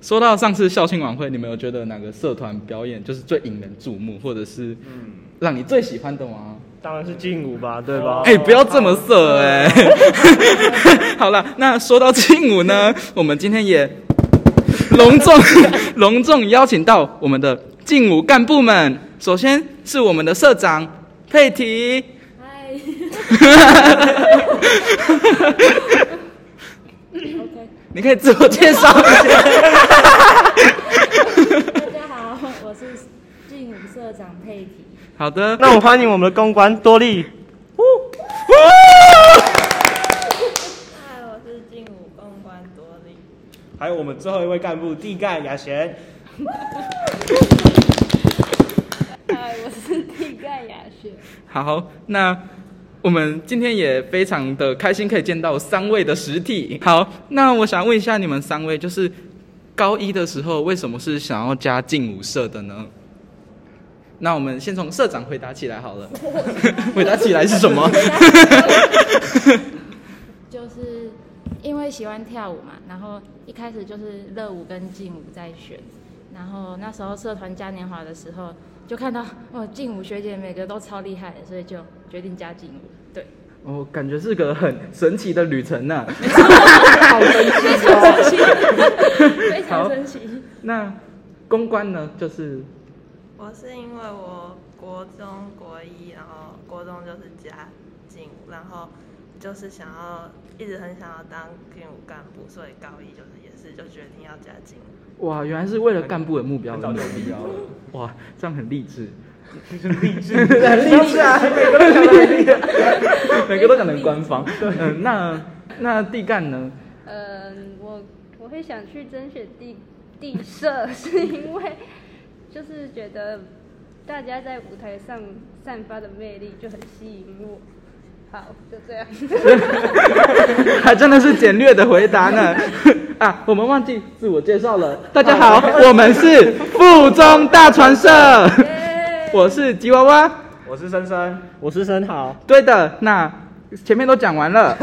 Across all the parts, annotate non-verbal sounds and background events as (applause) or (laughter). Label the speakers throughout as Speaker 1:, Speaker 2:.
Speaker 1: 说到上次校庆晚会，你们有觉得哪个社团表演就是最引人注目，或者是让你最喜欢的吗？
Speaker 2: 当然是劲舞吧，对
Speaker 3: 哦
Speaker 2: 吧？
Speaker 1: 哎、不要这么色哎、 (laughs) 好了，那说到劲舞呢，我们今天也隆重 (laughs) 隆重邀请到我们的劲舞干部们。首先是我们的社长佩提，
Speaker 4: 嗨，OK，
Speaker 1: (laughs) 你可以自我介绍。(laughs)
Speaker 4: (laughs) 大家好，我是劲舞社长佩提。
Speaker 1: 好的，
Speaker 2: 那我欢迎我们的公关多利。
Speaker 4: 嗨，我是劲舞公关多利。
Speaker 2: 还有我们最后一位干部地干雅贤，
Speaker 4: 嗨，我是地盖雅轩。
Speaker 1: 好，那我们今天也非常的开心，可以见到三位的实体。好，那我想问一下你们三位，就是高一的时候为什么是想要加劲舞社的呢？那我们先从社长回答起来好了。回答起来是什么？
Speaker 4: 就是因为喜欢跳舞嘛，然后一开始就是热舞跟劲舞在选，然后那时候社团嘉年华的时候，就看到哦劲舞学姐每个都超厉害的，所以就决定加劲舞。 (laughs) 对，
Speaker 1: 哦，感觉是个很神奇的旅程呢、啊
Speaker 4: 非常生气，非常生 (laughs) 气。
Speaker 1: 那公关呢，就是
Speaker 5: 我是因为我国中国一，然后国中就是加进舞，然后就是想要一直很想要当军武干部，所以高一就是也是就决定要加进舞。
Speaker 1: 哇，原来是为了干部的目标，
Speaker 3: 很早就有目标了
Speaker 1: (laughs) 哇，这样很励志。(laughs)
Speaker 3: 励志，励志啊！
Speaker 1: 每个都讲得很官方。嗯，那那地干呢？ (laughs)
Speaker 6: 嗯，我我会想去甄选地地社， (laughs) 是因为就是觉得大家在舞台上散发的魅力就很吸引我。好，就这样。 (laughs)
Speaker 1: 还真的是简略的回答呢。 (laughs) 啊，我们忘记自我介绍了。大家好，我们是附中大传社， (laughs) 我是吉娃娃。
Speaker 3: 我是深深，
Speaker 2: 我是申豪。
Speaker 1: 对的，那前面都讲完 (laughs) 了。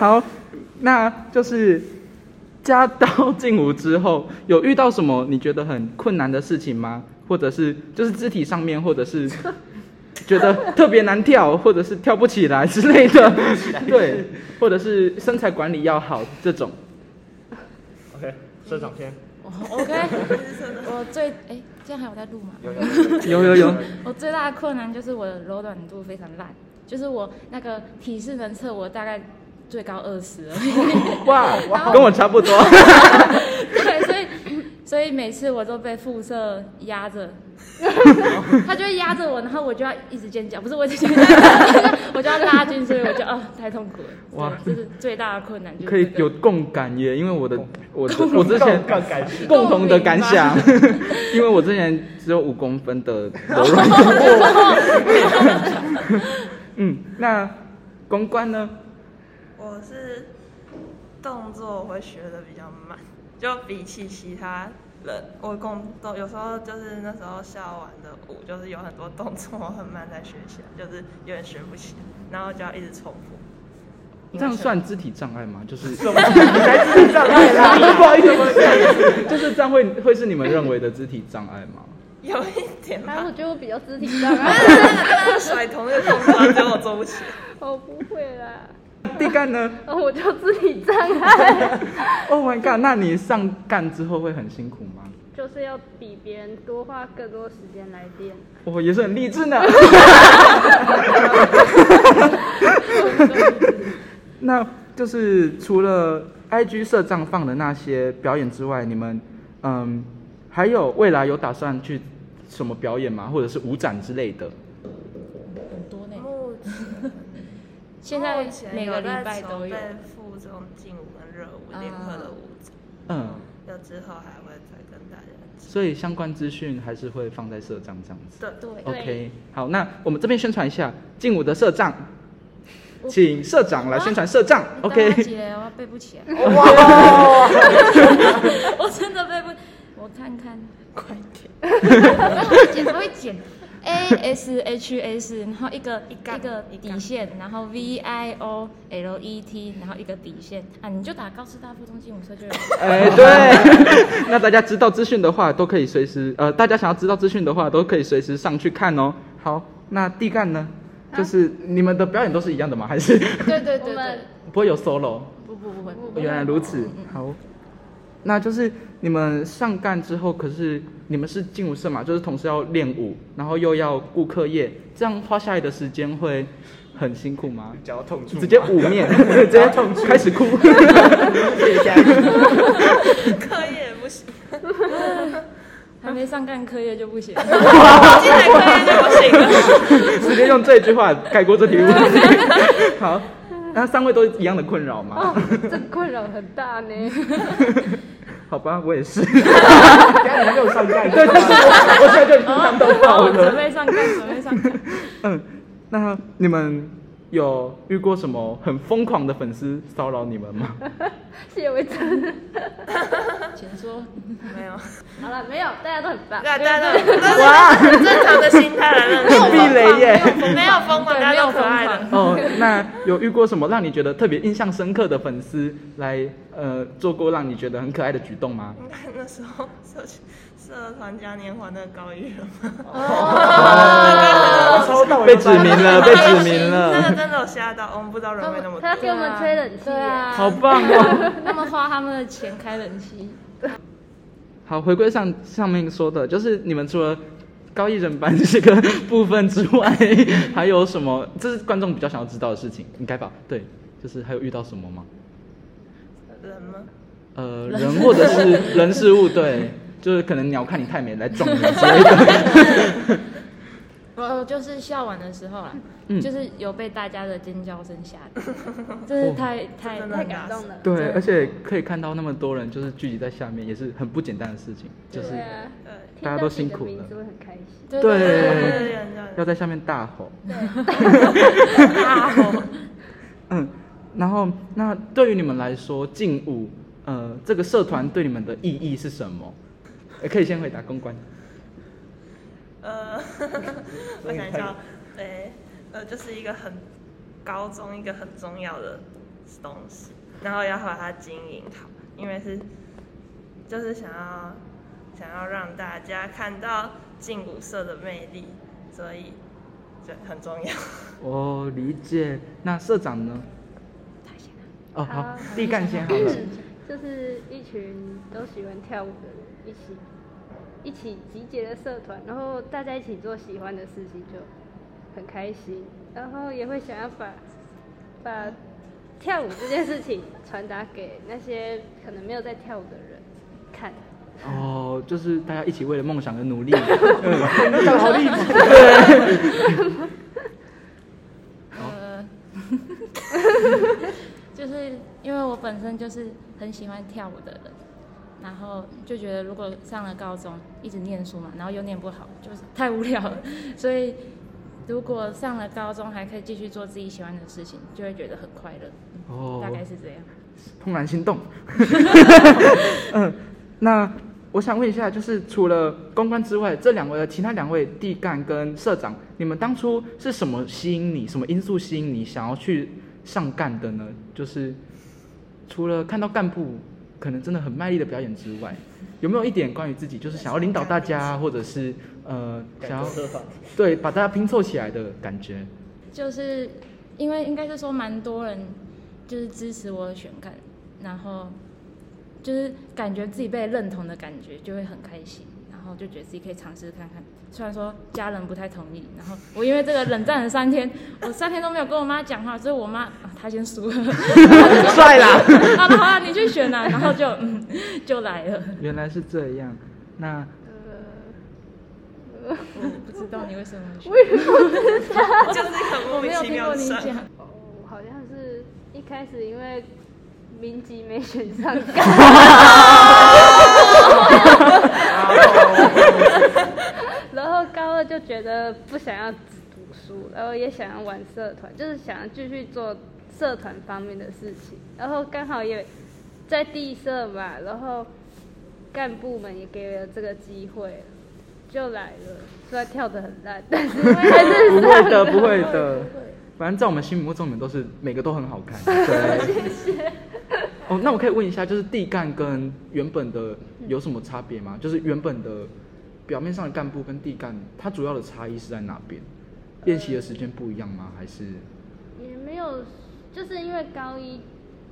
Speaker 1: 好，那就是加到劲舞之后，有遇到什么你觉得很困难的事情吗？或者是就是肢体上面，或者 (laughs) 是觉得特别难跳，或者是跳不起来之类的， (laughs) 对，或者是身材管理要好这种。
Speaker 2: OK，社长篇。
Speaker 4: 我 OK，我 (laughs) 最哎、这样还有在录吗？
Speaker 1: 有有有，
Speaker 4: 我最大的困难就是我的柔软度非常烂，就是我那个体适能测我大概最高二十而已。
Speaker 1: (laughs) 哇，跟我差不多。
Speaker 4: 对，所以所以每次我都被副社
Speaker 1: (laughs)
Speaker 4: 压着，他就会压着我，然后我就要一直尖叫，不是我一直尖叫，我就要拉筋，所以我就哦太痛苦了。
Speaker 1: 哇
Speaker 4: 哇，这是最大的困难，就是
Speaker 1: 可以
Speaker 4: 这个
Speaker 1: 有共感耶，因为我的我的我之前
Speaker 3: 更感谢。
Speaker 1: 共同的感
Speaker 3: (laughs)
Speaker 1: 想，因为我之前只有五公分的柔软度。
Speaker 3: (laughs)
Speaker 1: 嗯，那公关呢？
Speaker 5: 我是动作我会学的比较慢，就比起其他人，我工作有时候就是那时候校完的舞，就是有很多动作我很慢在学起来，就是有点学不起来，然后就要一直重复。
Speaker 1: 这样算肢体障碍吗？就是
Speaker 3: 你才是障碍
Speaker 1: (laughs)
Speaker 3: 啦！不好意思，
Speaker 1: 就是这样会会是你们认为的肢体障碍
Speaker 3: (laughs)
Speaker 1: 吗？
Speaker 5: 有一点
Speaker 6: 然
Speaker 5: 吧
Speaker 6: 后我，觉得我比较肢体障碍， (laughs)
Speaker 5: (laughs) 甩头那个动作，结果我做不起来。
Speaker 6: 我不会啦，
Speaker 1: 地干呢
Speaker 6: 哦，我就肢体障碍， (laughs)
Speaker 1: ？Oh my god！那你上干之后会很辛苦吗？
Speaker 6: 就是要比别人多花更多时间来练。
Speaker 1: 我、也是很励志呢。那就是除了 IG 社账放的那些表演之外，你们嗯还有未来有打算去什么表演吗？或者是舞展之类的？
Speaker 4: 很多呢。
Speaker 5: 目前
Speaker 4: 现在每个礼拜
Speaker 5: 目
Speaker 4: 都
Speaker 5: 前有
Speaker 4: 有，
Speaker 5: 在附中劲舞跟热舞联合的舞者，
Speaker 1: 嗯，
Speaker 5: 那之后还会再跟大家讲。
Speaker 1: 所以相关资讯还是会放在社账这样子。
Speaker 5: 对，
Speaker 4: 对，
Speaker 1: OK，好，那我们这边宣传一下劲舞的社账，请社长来宣传社账。
Speaker 4: 大家
Speaker 1: OK，
Speaker 4: 姐，我要背不
Speaker 5: (laughs)
Speaker 4: 起来， (laughs)
Speaker 3: 哇，
Speaker 4: (laughs) 我真的背不，我看看，快点，剪不会剪。 A S H S，然后一个
Speaker 5: 一
Speaker 4: 一
Speaker 5: 杠
Speaker 4: 个
Speaker 5: 一
Speaker 4: 底
Speaker 5: 杠
Speaker 4: 线，然后 V I O L E T，然后一个底线啊，你就打高师大附中劲舞社就有。
Speaker 1: (laughs) 哎，对， (laughs) 那大家知道资讯的话，都可以随时呃，大家想要知道资讯的话，都可以随时上去看哦。好，那地干呢？
Speaker 4: 啊
Speaker 1: 就是你们的表演都是一样的吗？还是
Speaker 4: 对对
Speaker 6: 我
Speaker 4: 对对
Speaker 6: 们，
Speaker 1: (laughs) 不会有 solo？
Speaker 4: 不不不会，不会嗯
Speaker 1: 原来如此，好。那就是你们上干之后，可是你们是劲舞社嘛，就是同时要练舞，然后又要顾课业，这样花下来的时间会很辛苦吗？
Speaker 2: 脚痛处
Speaker 1: 直接捂 (laughs) 面，直接开始哭。
Speaker 5: 课业也不行，
Speaker 4: 还没上干课业就不行。
Speaker 5: (laughs) 进来课业就不行了。
Speaker 1: 直接用这句话概括这题问题。 (laughs) 好，那三位都一样的困扰吗？
Speaker 6: 哦，这困扰很大呢。 (laughs)
Speaker 1: 好吧，我也是。
Speaker 3: 家你没有上干，
Speaker 1: 对，但是我我现在就已经看到爆
Speaker 4: 哦，准
Speaker 1: 了。
Speaker 4: 备上干，准备上
Speaker 5: (laughs)
Speaker 4: 干。
Speaker 1: 嗯，那你们有遇过什么很疯狂的粉丝骚扰你们吗？
Speaker 6: 谢伟真。
Speaker 4: 请说。
Speaker 5: 没有，
Speaker 6: 好了，没有，大家都很棒。
Speaker 5: 对对对，这是很正常的心态来认
Speaker 1: 很
Speaker 5: 识
Speaker 1: 避雷耶。
Speaker 5: 我，没有 (laughs) 疯狂，大家都可爱的。
Speaker 1: 哦，那有遇过什么让你觉得特别印象深刻的粉丝来呃做过让你觉得很可爱的举动吗？
Speaker 5: 应该那时候社区社团嘉年华那个高一了哦
Speaker 3: 超到
Speaker 1: 被指名了，被指名
Speaker 5: (laughs) 那个
Speaker 1: 了，
Speaker 5: 真的有吓到，我们不知道人会那么多
Speaker 6: 他。给我们吹冷气
Speaker 4: 对
Speaker 6: 耶，
Speaker 4: 啊，
Speaker 1: 好棒哦！
Speaker 4: 他们花他们的钱开冷气，
Speaker 1: 好，回归上上面说的，就是你们除了高一人班这个部分之外，还有什么？这是观众比较想要知道的事情，应该吧？对，就是还有遇到什么吗？
Speaker 5: 人吗？
Speaker 1: 呃，人或者是人事物，对，就是可能鸟看你太美来撞你之类的。
Speaker 4: 我哦就是校晚的时候啦，
Speaker 1: 嗯哦
Speaker 4: 就是有被大家的尖叫声吓到，真是太太啊
Speaker 5: 真的
Speaker 6: 太
Speaker 4: 太
Speaker 6: 感动了。
Speaker 1: 对，而且可以看到那么多人就是聚集在下面，也是很不简单的事情，就是
Speaker 6: 对啊，
Speaker 5: 对，
Speaker 1: 大家都辛苦了
Speaker 6: 听到自己的名字会很开心。
Speaker 4: 对
Speaker 1: 对
Speaker 5: 对人家
Speaker 1: 要在下面大吼。
Speaker 5: 大吼，
Speaker 1: 嗯，然后那对于你们来说，劲舞呃这个社团对你们的意义是什么？呃可以先回答公关。
Speaker 4: (laughs)
Speaker 5: 呃，我想一下哦，对，呃，就是一个很高中一个很重要的东西，然后要把它经营好，因为是就是想要想要让大家看到劲舞社的魅力，所以这很重要。
Speaker 4: (laughs)
Speaker 1: 我哦理解。那社长呢？哦，好
Speaker 6: 好，
Speaker 1: 地干先好了。
Speaker 6: 嗯就是一群都喜欢跳舞的人一起一起集结的社团，然后大家一起做喜欢的事情就很开心，然后也会想要把把跳舞这件事情传达给那些可能没有在跳舞的人看。
Speaker 1: 哦，就是大家一起为了梦想而努力。
Speaker 3: 那好励志。
Speaker 4: 呃，就是因为我本身就是很喜欢跳舞的人，然后就觉得如果上了高中一直念书嘛，然后又念不好，就是太无聊了， (laughs) 所以如果上了高中还可以继续做自己喜欢的事情，就会觉得很快乐。
Speaker 1: 哦
Speaker 4: 大概是这样。
Speaker 1: 怦然心动。 (laughs) 嗯，那我想问一下，就是除了公关之外，这两位其他两位地干跟社长，你们当初是什么吸引你，什么因素吸引你想要去上干的呢？就是除了看到干部可能真的很卖力的表演之外，有没有一点关于自己就是想要领导大家，或者是呃想要
Speaker 2: 社团
Speaker 1: 对把大家拼凑起来的感觉？
Speaker 4: 就是因为应该是说蛮多人就是支持我的选干，然后就是感觉自己被认同的感觉就会很开心，然后就觉得自己可以尝试看看。虽然说家人不太同意，然后我因为这个冷战了三天，我三天都没有跟我妈讲话，所以我妈、啊、她先输了，
Speaker 1: 帅啦！
Speaker 4: 好了好了，你去选啦、然后就嗯就来了。 (laughs)
Speaker 1: 原来是这样，那
Speaker 4: 我不知道你为什么选，
Speaker 5: 就是很莫
Speaker 4: 我没
Speaker 5: 名
Speaker 4: 有
Speaker 5: 其
Speaker 4: 听
Speaker 5: 妙
Speaker 4: 过
Speaker 5: 的
Speaker 4: 你
Speaker 5: 上。
Speaker 4: 讲。
Speaker 6: 哦，好像是一开始因为民籍没选上干，然后高二就觉得不想要只读书，然后也想要玩社团，就是想要继续做社团方面的事情，然后刚好也在地社嘛，然后干部们也给了这个机会，就来了，虽然跳得很烂，但是因为还是
Speaker 1: 不
Speaker 6: 上
Speaker 1: 会的，
Speaker 6: 了
Speaker 1: 不会的。反正在我们心目中，你们都是每个都很好看。对，谢谢。哦，那我可以问一下，就是地干跟原本的有什么差别吗？就是原本的表面上的干部跟地干，它主要的差异是在哪边？练习的时间不一样吗？还是
Speaker 6: 也没有，就是因为高一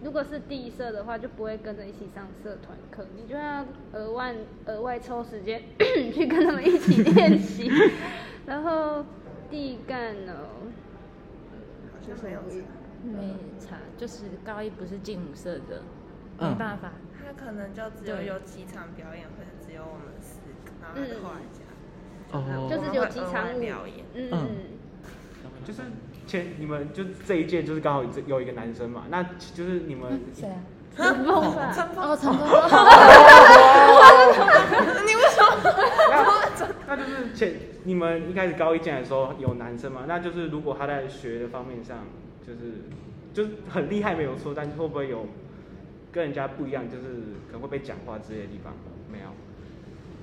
Speaker 6: 如果是地社的话，就不会跟着一起上社团课，你就要额外额外抽时间 (coughs) 去跟他们一起练习。然后地干哦呢，
Speaker 5: 好像没有差。
Speaker 4: 没差，就是高一不是进舞社的，
Speaker 1: 嗯
Speaker 4: 没办法。
Speaker 5: 他可能就只有
Speaker 4: 对
Speaker 5: 有几场表演，或者只有我们四个，然后
Speaker 6: 嗯
Speaker 5: 画家，
Speaker 1: 哦，
Speaker 6: 就是有几
Speaker 5: 我们
Speaker 6: 场
Speaker 5: 会
Speaker 6: 舞
Speaker 5: 表演
Speaker 6: 嗯
Speaker 1: 嗯
Speaker 2: 就是前你们就这一届就是刚好有一个男生嘛，那就是你们
Speaker 4: 谁啊？
Speaker 6: 陈峰吧
Speaker 5: 陈峰，
Speaker 4: 哦，成功。
Speaker 5: 你为什么？
Speaker 4: (laughs)
Speaker 2: 那就是前你们一开始高一进来的时候有男生嘛，那就是如果他在学的方面上就是就是很厉害没有错，但是会不会有跟人家不一样，就是可能会被讲话之类的地方？没有。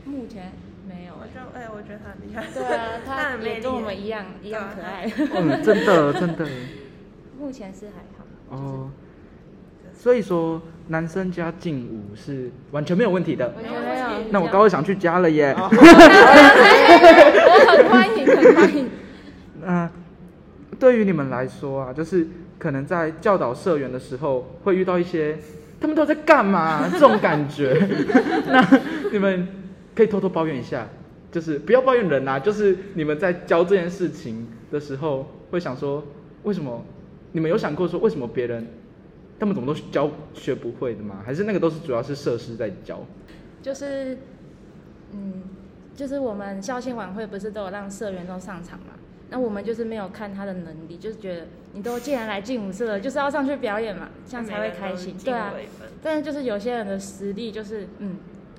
Speaker 4: 目前没有
Speaker 5: 我
Speaker 4: 哎、
Speaker 5: 就哎，我觉得他很厉害。
Speaker 4: 对啊，
Speaker 5: (laughs) 他
Speaker 4: 他
Speaker 5: 很魅
Speaker 4: 也
Speaker 5: 力
Speaker 4: 跟我们一样一样可爱。 (laughs)
Speaker 1: 嗯，真的真的。
Speaker 4: 目前是还好。
Speaker 1: 哦，所以说男生加劲舞是完全没有问题的。
Speaker 4: 我觉得没有。啊
Speaker 1: 那我高二想去加了耶。
Speaker 4: 我很欢迎，很欢迎。
Speaker 1: 那对于你们来说啊，就是可能在教导社员的时候，会遇到一些他们都在干嘛啊这种感觉。 (laughs) 那你们可以偷偷抱怨一下，就是不要抱怨人啦、啊就是你们在教这件事情的时候，会想说为什么？你们有想过说为什么别人他们怎么都教学不会的吗？还是那个都是主要是设施在教？
Speaker 4: 就是，嗯，就是我们校庆晚会不是都有让社员都上场嘛？那我们就是没有看他的能力，就是觉得你都既然来进舞社了，就是要上去表演嘛，这样才会开心。对啊，但是就是有些人的实力就是嗯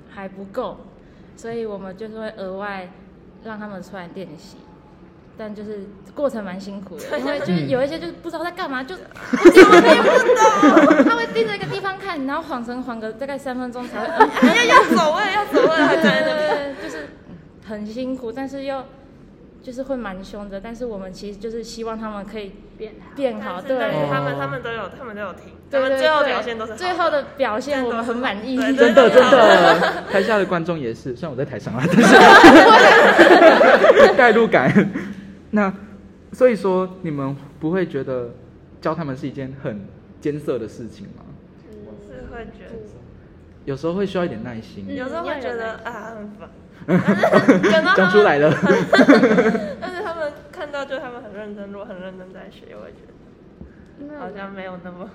Speaker 4: 还不够，所以我们就是会额外让他们出来练习。但就是过程蛮辛苦的，因
Speaker 1: 嗯
Speaker 4: 为就是有一些就是不知道在干嘛，
Speaker 5: (laughs)
Speaker 4: 就我怎么也不懂，他会盯着一个地方看，然后晃神晃个大概三分钟才会。嗯
Speaker 5: (laughs) 哎呀，要走位，要走
Speaker 4: (laughs)
Speaker 5: 啊位，还在那边。
Speaker 4: 对，就是很辛苦，但是又就是会蛮凶的。但是我们其实就是希望他们可以
Speaker 6: 变好。
Speaker 4: 变好，
Speaker 5: 但是但
Speaker 4: 对
Speaker 5: 是，他们
Speaker 1: 哦
Speaker 5: 他们都有，他们都有听，他
Speaker 4: 对
Speaker 5: 们
Speaker 4: 对
Speaker 5: 最后
Speaker 4: 对
Speaker 5: 表现都是好
Speaker 4: 最后的表现，我们很满意。
Speaker 5: 对
Speaker 1: (laughs) 真
Speaker 5: 对
Speaker 1: 的啊真的，台下的观众也是，虽然我在台上啊， (laughs) 但是代入感。那所以说，你们不会觉得教他们是一件很艰涩的事情吗？
Speaker 6: 嗯
Speaker 5: 是会觉得。
Speaker 1: 有时候会需要一点耐心。
Speaker 6: 嗯
Speaker 5: 有时候会觉得
Speaker 6: 要有耐心
Speaker 5: 啊很烦，但是等到他们
Speaker 1: 讲出来了，
Speaker 5: 但是他们看到就他们很认真，如果很认真在学，我也觉得好像没有那么，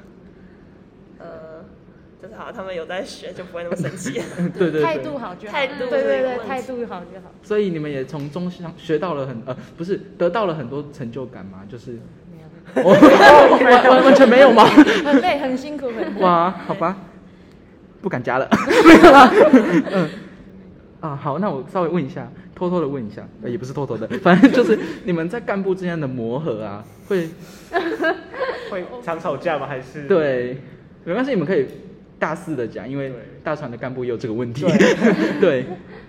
Speaker 5: 呃，就是好，他们有在学就不会那么生气。
Speaker 1: (laughs) 对对对，
Speaker 4: 态度好就好，
Speaker 5: 态度
Speaker 4: 对
Speaker 5: 是一
Speaker 4: 对
Speaker 5: 个
Speaker 4: 对，
Speaker 5: 问
Speaker 4: 态
Speaker 5: 题
Speaker 4: 度好就好。
Speaker 1: 所以你们也从中上学到了很呃，不是得到了很多成就感吗？就是没有，哦完完完全没有吗？
Speaker 4: 很累，很辛苦，很
Speaker 5: (laughs)
Speaker 4: 累。
Speaker 1: 哇，好吧，不敢 (laughs) 加了，没有啦。嗯，啊，好，那我稍微问一下，偷偷的问一下，呃也不是偷偷的，反正就是你们在干部之间的磨合啊，会
Speaker 2: 会
Speaker 4: 哦
Speaker 2: 常吵架吗？还是？
Speaker 1: 对，没关系，你们可以大肆的讲，因为
Speaker 2: 对
Speaker 1: 大船的干部也有这个问题。 (laughs) 对，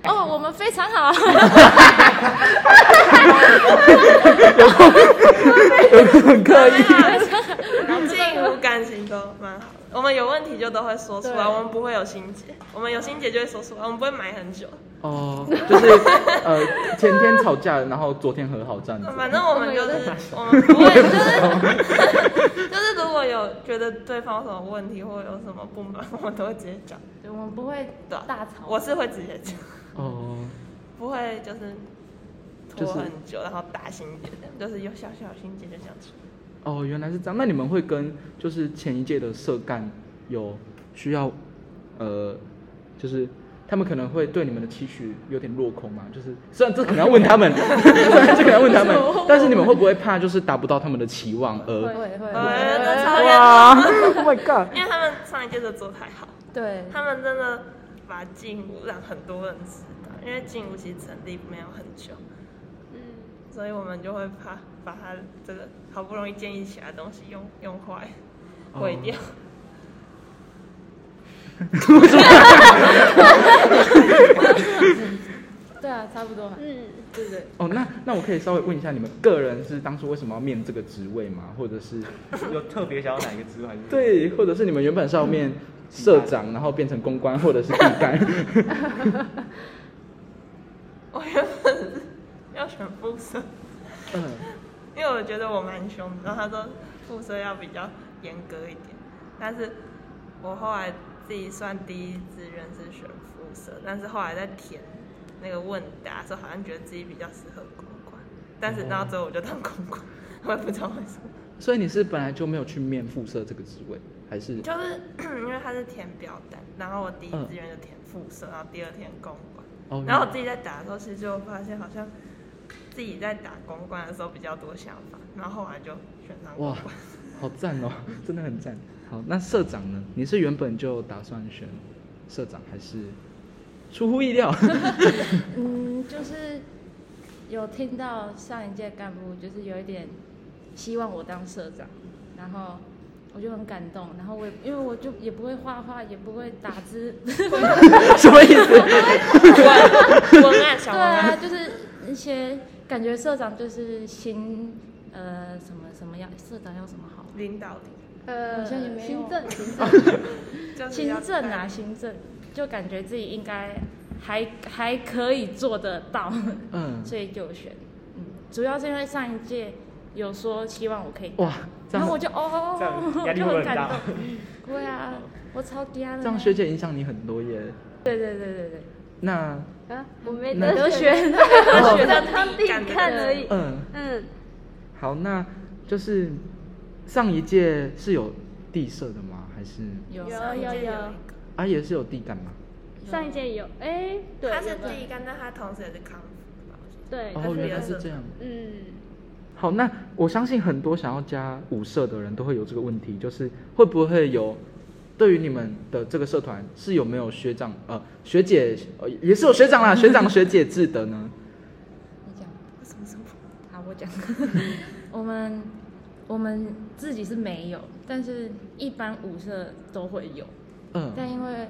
Speaker 4: 哦，我们非常 (laughs) 好，
Speaker 1: (laughs) 很刻意。
Speaker 5: 进入感情都蛮好的，我们有问题就都会说出来，
Speaker 4: 对
Speaker 5: 我们不会有心结，我们有心结就会说出来，我们不会埋很久。
Speaker 1: 哦，就是呃，前天吵架，然后昨天和好 (laughs) 这样子。
Speaker 5: 反正我们就是我们不会，就是 (laughs) 就是如果有觉得对方有什么问题或者有什么不满，我们都会直接讲。
Speaker 4: 我们不会
Speaker 5: 对啊
Speaker 4: 大吵。
Speaker 5: 我是会直接讲，
Speaker 1: 哦，
Speaker 5: 不会就是
Speaker 1: 就
Speaker 5: 拖
Speaker 1: 是
Speaker 5: 很久，然后打心结，就是有小小心结就讲出来。
Speaker 1: 哦，原来是这样。那你们会跟就是前一届的社干有需要，呃，就是他们可能会对你们的期许有点落空嘛？就是虽然这可能要问他
Speaker 5: (laughs)
Speaker 1: 们，虽然这可能要问他们，但是你们会不会怕就是达不到他们的期望而？
Speaker 4: 会会
Speaker 5: 哎，
Speaker 4: 会，
Speaker 5: 那超
Speaker 1: 哇，Oh my god！
Speaker 5: (laughs) 因为他们上一届的做太好，
Speaker 4: 对
Speaker 5: 他们真的把劲舞让很多人知道，因为劲舞其实成立没有很久，
Speaker 6: 嗯，
Speaker 5: 所以我们就会怕把它这个好不容易建立起来的东西用用坏、
Speaker 1: 哦
Speaker 5: 毁掉。
Speaker 4: 对啊，啊，差不多嘛，
Speaker 6: 嗯，
Speaker 4: 对不对？
Speaker 1: 哦，那那我可以稍微问一下，你们个人是当初为什么要面这个职位吗？或者是
Speaker 2: 有特别想要哪一个职位还是？
Speaker 1: 对，或者是你们原本是要面社
Speaker 5: 嗯
Speaker 1: 长，然后变成公关或者是地
Speaker 5: (laughs)
Speaker 1: 干？ (laughs)
Speaker 5: (laughs) 我原本是要选副社，
Speaker 1: 嗯，
Speaker 5: 因为我觉得我蛮凶的，然后他说副社要比较严格一点，但是我后来自己算第一志愿是选副社，但是后来在填那个问答的时候，好像觉得自己比较适合公关，但是到最后我就当公关，我也不知道为什么。
Speaker 1: 所以你是本来就没有去面副社这个职位，还是
Speaker 5: 就是因为他是填表单，然后我第一志愿就填副社，然后第二天公关。
Speaker 1: 哦
Speaker 5: 然后我自己在打的时候，其实就发现好像自己在打公关的时候比较多想法，然后后来就选上公
Speaker 1: 哇
Speaker 5: 关。，
Speaker 1: 好赞哦， (laughs) 真的很赞。好，那社长呢？你是原本就打算选社长，还是出乎意料？ (laughs)
Speaker 4: 嗯，就是有听到上一届干部就是有一点希望我当社长，然后我就很感动，然后我也因为我就也不会画画，也不会打
Speaker 5: (laughs)
Speaker 4: 字，
Speaker 1: 什么意思？
Speaker 5: 文案小
Speaker 4: 对
Speaker 5: 文案，
Speaker 4: 啊，就是一些感觉社长就是新呃什么什么样，社长要什么好？
Speaker 5: 领导力，
Speaker 6: 呃，
Speaker 4: 好像也没有
Speaker 6: 行政行政。
Speaker 5: 就是
Speaker 4: 行
Speaker 5: 要
Speaker 4: 政啊，
Speaker 5: 带
Speaker 4: 行政，就感觉自己应该还还可以做得到，
Speaker 1: 嗯，
Speaker 4: 所以就选。嗯，主要是因为上一届有说希望我可以，
Speaker 1: 哇，这
Speaker 4: 然
Speaker 1: 样
Speaker 4: 后我就哦，
Speaker 2: 这样
Speaker 4: 我
Speaker 2: 压力
Speaker 4: 就
Speaker 2: 会不会
Speaker 4: 很
Speaker 2: 很
Speaker 4: 感
Speaker 2: 大
Speaker 4: 动。对啊，我超低啊。
Speaker 1: 这样学姐影响你很多耶。
Speaker 4: 对对对对对，
Speaker 1: 那
Speaker 6: 啊，我没
Speaker 1: 那
Speaker 6: 得选，
Speaker 4: 哦
Speaker 6: 我选择当地看而已。
Speaker 1: 嗯，
Speaker 6: 嗯，
Speaker 1: 好，那就是上一届是有地社的吗？还是
Speaker 4: 有
Speaker 6: 有
Speaker 5: 上一届
Speaker 6: 哦有
Speaker 5: 一
Speaker 6: 有
Speaker 5: 个
Speaker 1: 啊也是有地干吗？
Speaker 6: 上一届有，哎，对，
Speaker 5: 他是
Speaker 6: 有吧
Speaker 5: 第一干，但他同时也是康复吧，我记得
Speaker 6: 对，
Speaker 1: 哦
Speaker 6: 他，是
Speaker 1: 原来
Speaker 6: 有
Speaker 1: 是这样。
Speaker 6: 嗯，
Speaker 1: 好，那我相信很多想要加舞社的人都会有这个问题，就是会不会有对于你们的这个社团是有没有学长呃学姐呃也是有学长啦，学长学姐制的呢？
Speaker 4: 你讲。
Speaker 5: 为什么什么
Speaker 4: 好，我讲。我们我们自己是没有，但是一般舞社都会有，
Speaker 1: 嗯，
Speaker 4: 但因为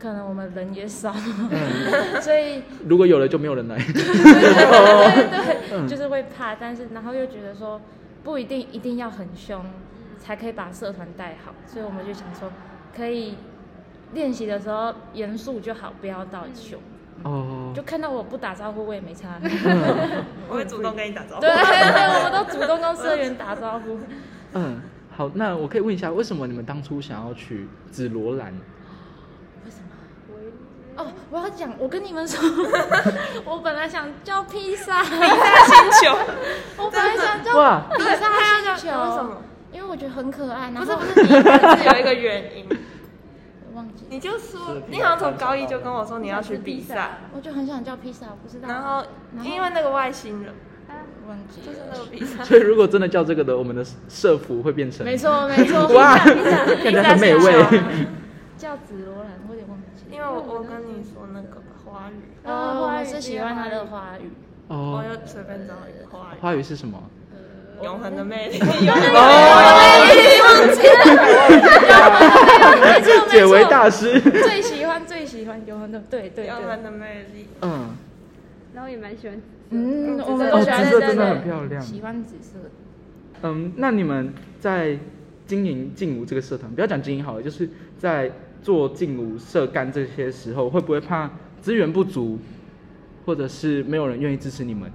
Speaker 4: 可能我们人也少，
Speaker 1: 嗯
Speaker 4: (laughs)
Speaker 1: 哦
Speaker 4: 所以
Speaker 1: 如果有了就没有人来。嗯
Speaker 4: 对，就是会怕，但是然后又觉得说不一定一定要很凶才可以把社团带好，所以我们就想说可以练习的时候严肃就好，不要
Speaker 5: 嗯
Speaker 4: 到凶。
Speaker 1: 哦
Speaker 4: 就，看到我不打招呼，我也
Speaker 1: (laughs)
Speaker 4: 没差。对
Speaker 1: 嗯
Speaker 5: 我会主动跟你打招呼
Speaker 4: 对，。 (laughs) 我们都主动跟社员打招呼。
Speaker 1: (laughs) 嗯，好，那我可以问一下，为什么你们当初想要取紫罗兰？
Speaker 4: 为什么？
Speaker 6: 我
Speaker 4: 哦，我要讲，我跟你们说， (laughs) 我本来想叫披萨， (laughs)
Speaker 5: 星球，
Speaker 4: 我本来想叫
Speaker 1: 哇
Speaker 4: 披萨
Speaker 5: 对
Speaker 4: 星球，
Speaker 5: 他要叫为什么？
Speaker 4: 因为我觉得很可爱，然
Speaker 5: 不
Speaker 4: 后
Speaker 5: 是不是，你但是有一个原因，
Speaker 4: 我 (laughs) 忘记，
Speaker 5: 你就说，你好像从高一就跟我说你要去比赛，
Speaker 4: 我就很想叫披萨，我不知道，
Speaker 5: 然后
Speaker 4: 然后
Speaker 5: 因为那个外星人，
Speaker 4: 忘记
Speaker 5: 就是
Speaker 4: 了
Speaker 5: 那个比赛。
Speaker 1: 所以如果真的叫这个的，我们的社服会变成
Speaker 4: 啊
Speaker 1: (laughs)
Speaker 4: 没错没错，
Speaker 1: 哇，
Speaker 4: 披萨披萨
Speaker 1: 感觉很美味。
Speaker 4: 叫紫罗兰，我有点忘记，
Speaker 5: 因为我我跟你说那个吧花语，
Speaker 4: 呃，
Speaker 6: 花
Speaker 4: 我
Speaker 6: 语
Speaker 4: 是喜欢它的花语，
Speaker 1: (laughs)
Speaker 5: 我
Speaker 1: 哦，
Speaker 5: 就随便找一个花语，
Speaker 1: 花语是什么？
Speaker 5: 永恒的 (laughs) 魅力，
Speaker 4: 没错
Speaker 1: (laughs) 解围
Speaker 4: 没错，
Speaker 1: 大师。
Speaker 4: (laughs) 最喜欢最喜欢永恒的，对对
Speaker 5: 永
Speaker 4: 对
Speaker 5: 恒，的魅力。
Speaker 1: 嗯，
Speaker 6: 然后也蛮喜欢，
Speaker 4: 嗯，我们
Speaker 1: 哦，
Speaker 4: 都
Speaker 1: 紫
Speaker 4: 喜欢
Speaker 1: 色
Speaker 4: 对
Speaker 1: 真的
Speaker 4: 对
Speaker 1: 很漂亮。
Speaker 4: 喜欢紫色，
Speaker 1: 嗯，那你们在经营劲舞这个社团，不要讲经营好了，就是在做劲舞社干这些时候，会不会怕资源不足，或者是没有人愿意支持你们？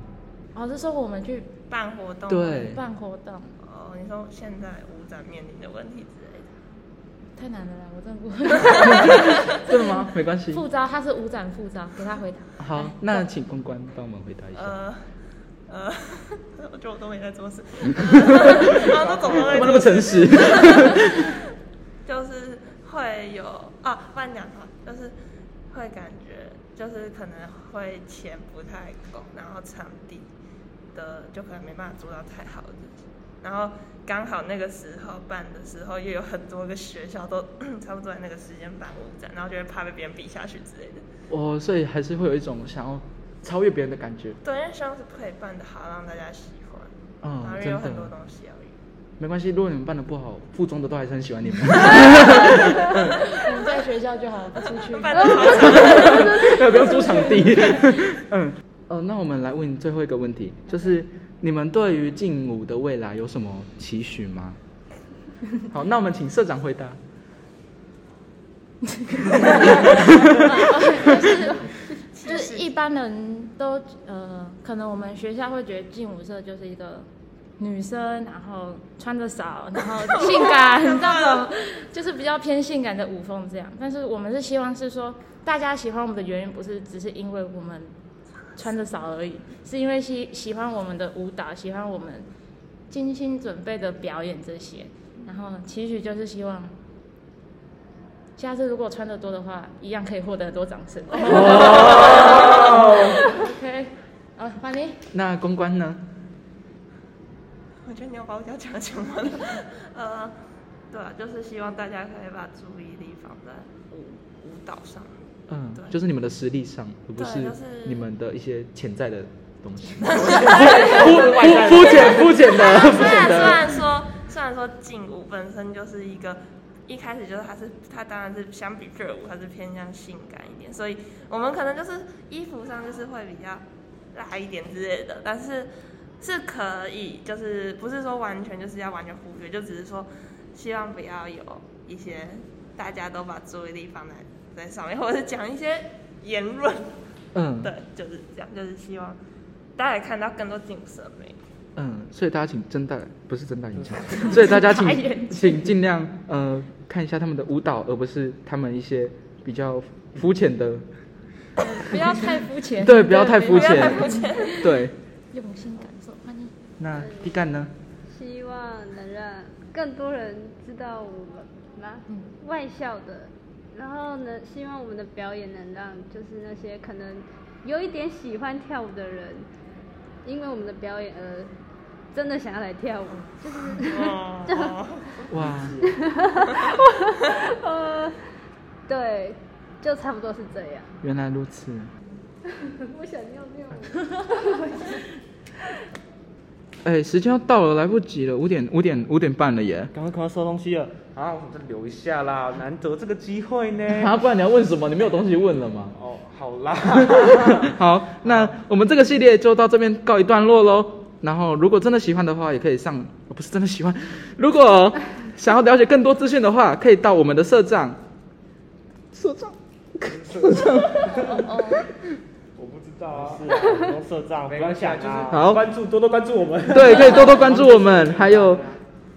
Speaker 4: 哦，是说我们去
Speaker 5: 办活动，
Speaker 1: 对
Speaker 4: 办活动。
Speaker 5: 哦，你说现在舞展面临的问题之类的，
Speaker 4: 太难了啦，我真的不会。
Speaker 1: 真的吗？没关系。
Speaker 4: 副招他是五展副招，给他回答。
Speaker 1: 好，那请公关帮我们回答一下。
Speaker 5: 呃呃， (laughs) 我觉得我都没
Speaker 1: (laughs)
Speaker 5: 在做事，然呃啊后都总都在
Speaker 1: 怎么那
Speaker 5: 做
Speaker 1: 么
Speaker 5: 事，
Speaker 1: 诚实？ (laughs)
Speaker 5: 就是会有啊，乱讲话，就是会感觉就是可能会钱不太够，然后场地的就可能没办法做到太好的，然后刚好那个时候办的时候又有很多个学校都 (coughs) 差不多在那个时间办舞展，然后就会怕被别人比下去之类的。
Speaker 1: 我所以还是会有一种想要超越别人的感觉。
Speaker 5: 对，因为希望是可以办的好，让大家喜欢，
Speaker 1: 嗯
Speaker 5: 然后
Speaker 1: 真
Speaker 5: 又有
Speaker 1: 的
Speaker 5: 很多东西要用。
Speaker 1: 没关系，如果你们办的不好，附中的都还是很喜欢你们。
Speaker 4: 我们在学校就好，不出去。
Speaker 5: 办的好，
Speaker 1: (laughs) 要不要租场地？嗯，呃，那我们来问最后一个问题，就是你们对于劲舞的未来有什么期许 (laughs) 吗？好，那我们请社长回答。
Speaker 4: 就是一般人都呃，可能我们学校会觉得劲舞社就是一个女生，然后穿的少，然后性 (laughs) 感那种，就是比较偏性感的舞风这样。但是我们是希望是说，大家喜欢我们的原因不是只是因为我们穿的少而已，是因为喜喜欢我们的舞蹈，喜欢我们精心准备的表演这些。然后期许就是希望。下次如果穿的多的话，一样可以获得多掌声。OK，好，啊换你。
Speaker 1: 那公关呢？
Speaker 5: 我觉得你有把我要讲的讲完了。 (laughs) 呃，对啊，就是希望大家可以把注意力放在舞舞蹈上。
Speaker 1: 嗯
Speaker 5: 对，
Speaker 1: 就是你们的实力上，而不是
Speaker 5: 对就是
Speaker 1: 你们的一些潜在的东
Speaker 5: (laughs)
Speaker 1: (laughs) 西。肤肤肤浅肤浅的肤
Speaker 5: 虽
Speaker 1: 浅
Speaker 5: 然虽
Speaker 1: 的。
Speaker 5: 然说虽然说劲舞本身就是一个一开始就是它是它当然是相比热舞它是偏向性感一点，所以我们可能就是衣服上就是会比较辣一点之类的，但是是可以就是不是说完全就是要完全忽略，就只是说希望不要有一些大家都把注意力放在在上面，或者是讲一些言论，
Speaker 1: 嗯
Speaker 5: 对，就是这样，就是希望大家也看到更多劲舞审美。
Speaker 1: 嗯，所以大家请睁大不是睁大
Speaker 5: (laughs)
Speaker 1: 眼睛，所以大家
Speaker 5: 睁大眼
Speaker 1: 请请尽量呃看一下他们的舞蹈，而不是他们一些比较肤浅的。
Speaker 4: 不要太肤浅。
Speaker 1: 对，不要太肤
Speaker 5: 不要太
Speaker 1: 浅
Speaker 5: 肤浅。
Speaker 1: 对，
Speaker 4: 用心感受，换你。
Speaker 1: 那地干呢？
Speaker 6: 希望能让更多人知道我们吧，外校的，然后呢，希望我们的表演能让就是那些可能有一点喜欢跳舞的人，因为我们的表演而真的想要来跳舞，就是
Speaker 5: 哦哦
Speaker 1: 哇，
Speaker 6: 呃，对，就差不多是这样。
Speaker 1: 原来如此。
Speaker 6: 我想尿尿了。
Speaker 1: (laughs) 哎，时间要到了，来不及了，五点五点五点半了耶。
Speaker 3: 赶快赶快收东西了。
Speaker 2: 啊，我们再留一下啦，难得这个机会呢。
Speaker 1: 啊，不然你要问什么？你没有东西问了吗？
Speaker 2: 哦，好啦， (laughs)
Speaker 1: (laughs) 好，那我们这个系列就到这边告一段落喽。然后，如果真的喜欢的话，也可以上，哦不是真的喜欢， (laughs) 如果想要了解更多资讯的话，可以到我们的社长，社长，
Speaker 2: 我不知道啊，
Speaker 3: 是啊，不用社账，不
Speaker 2: 没
Speaker 3: 用
Speaker 2: 关系啊，
Speaker 3: 想
Speaker 2: 就是
Speaker 3: 啊。
Speaker 1: 好
Speaker 2: 关注多多关注我们。
Speaker 1: 对，可以多多关注我们，还有，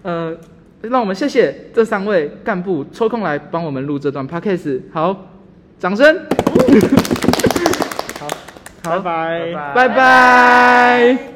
Speaker 1: 呃，让我们谢谢这三位干部抽空来帮我们录这段 podcast。好，掌声，
Speaker 3: 好，拜拜，
Speaker 2: 拜拜
Speaker 1: 拜拜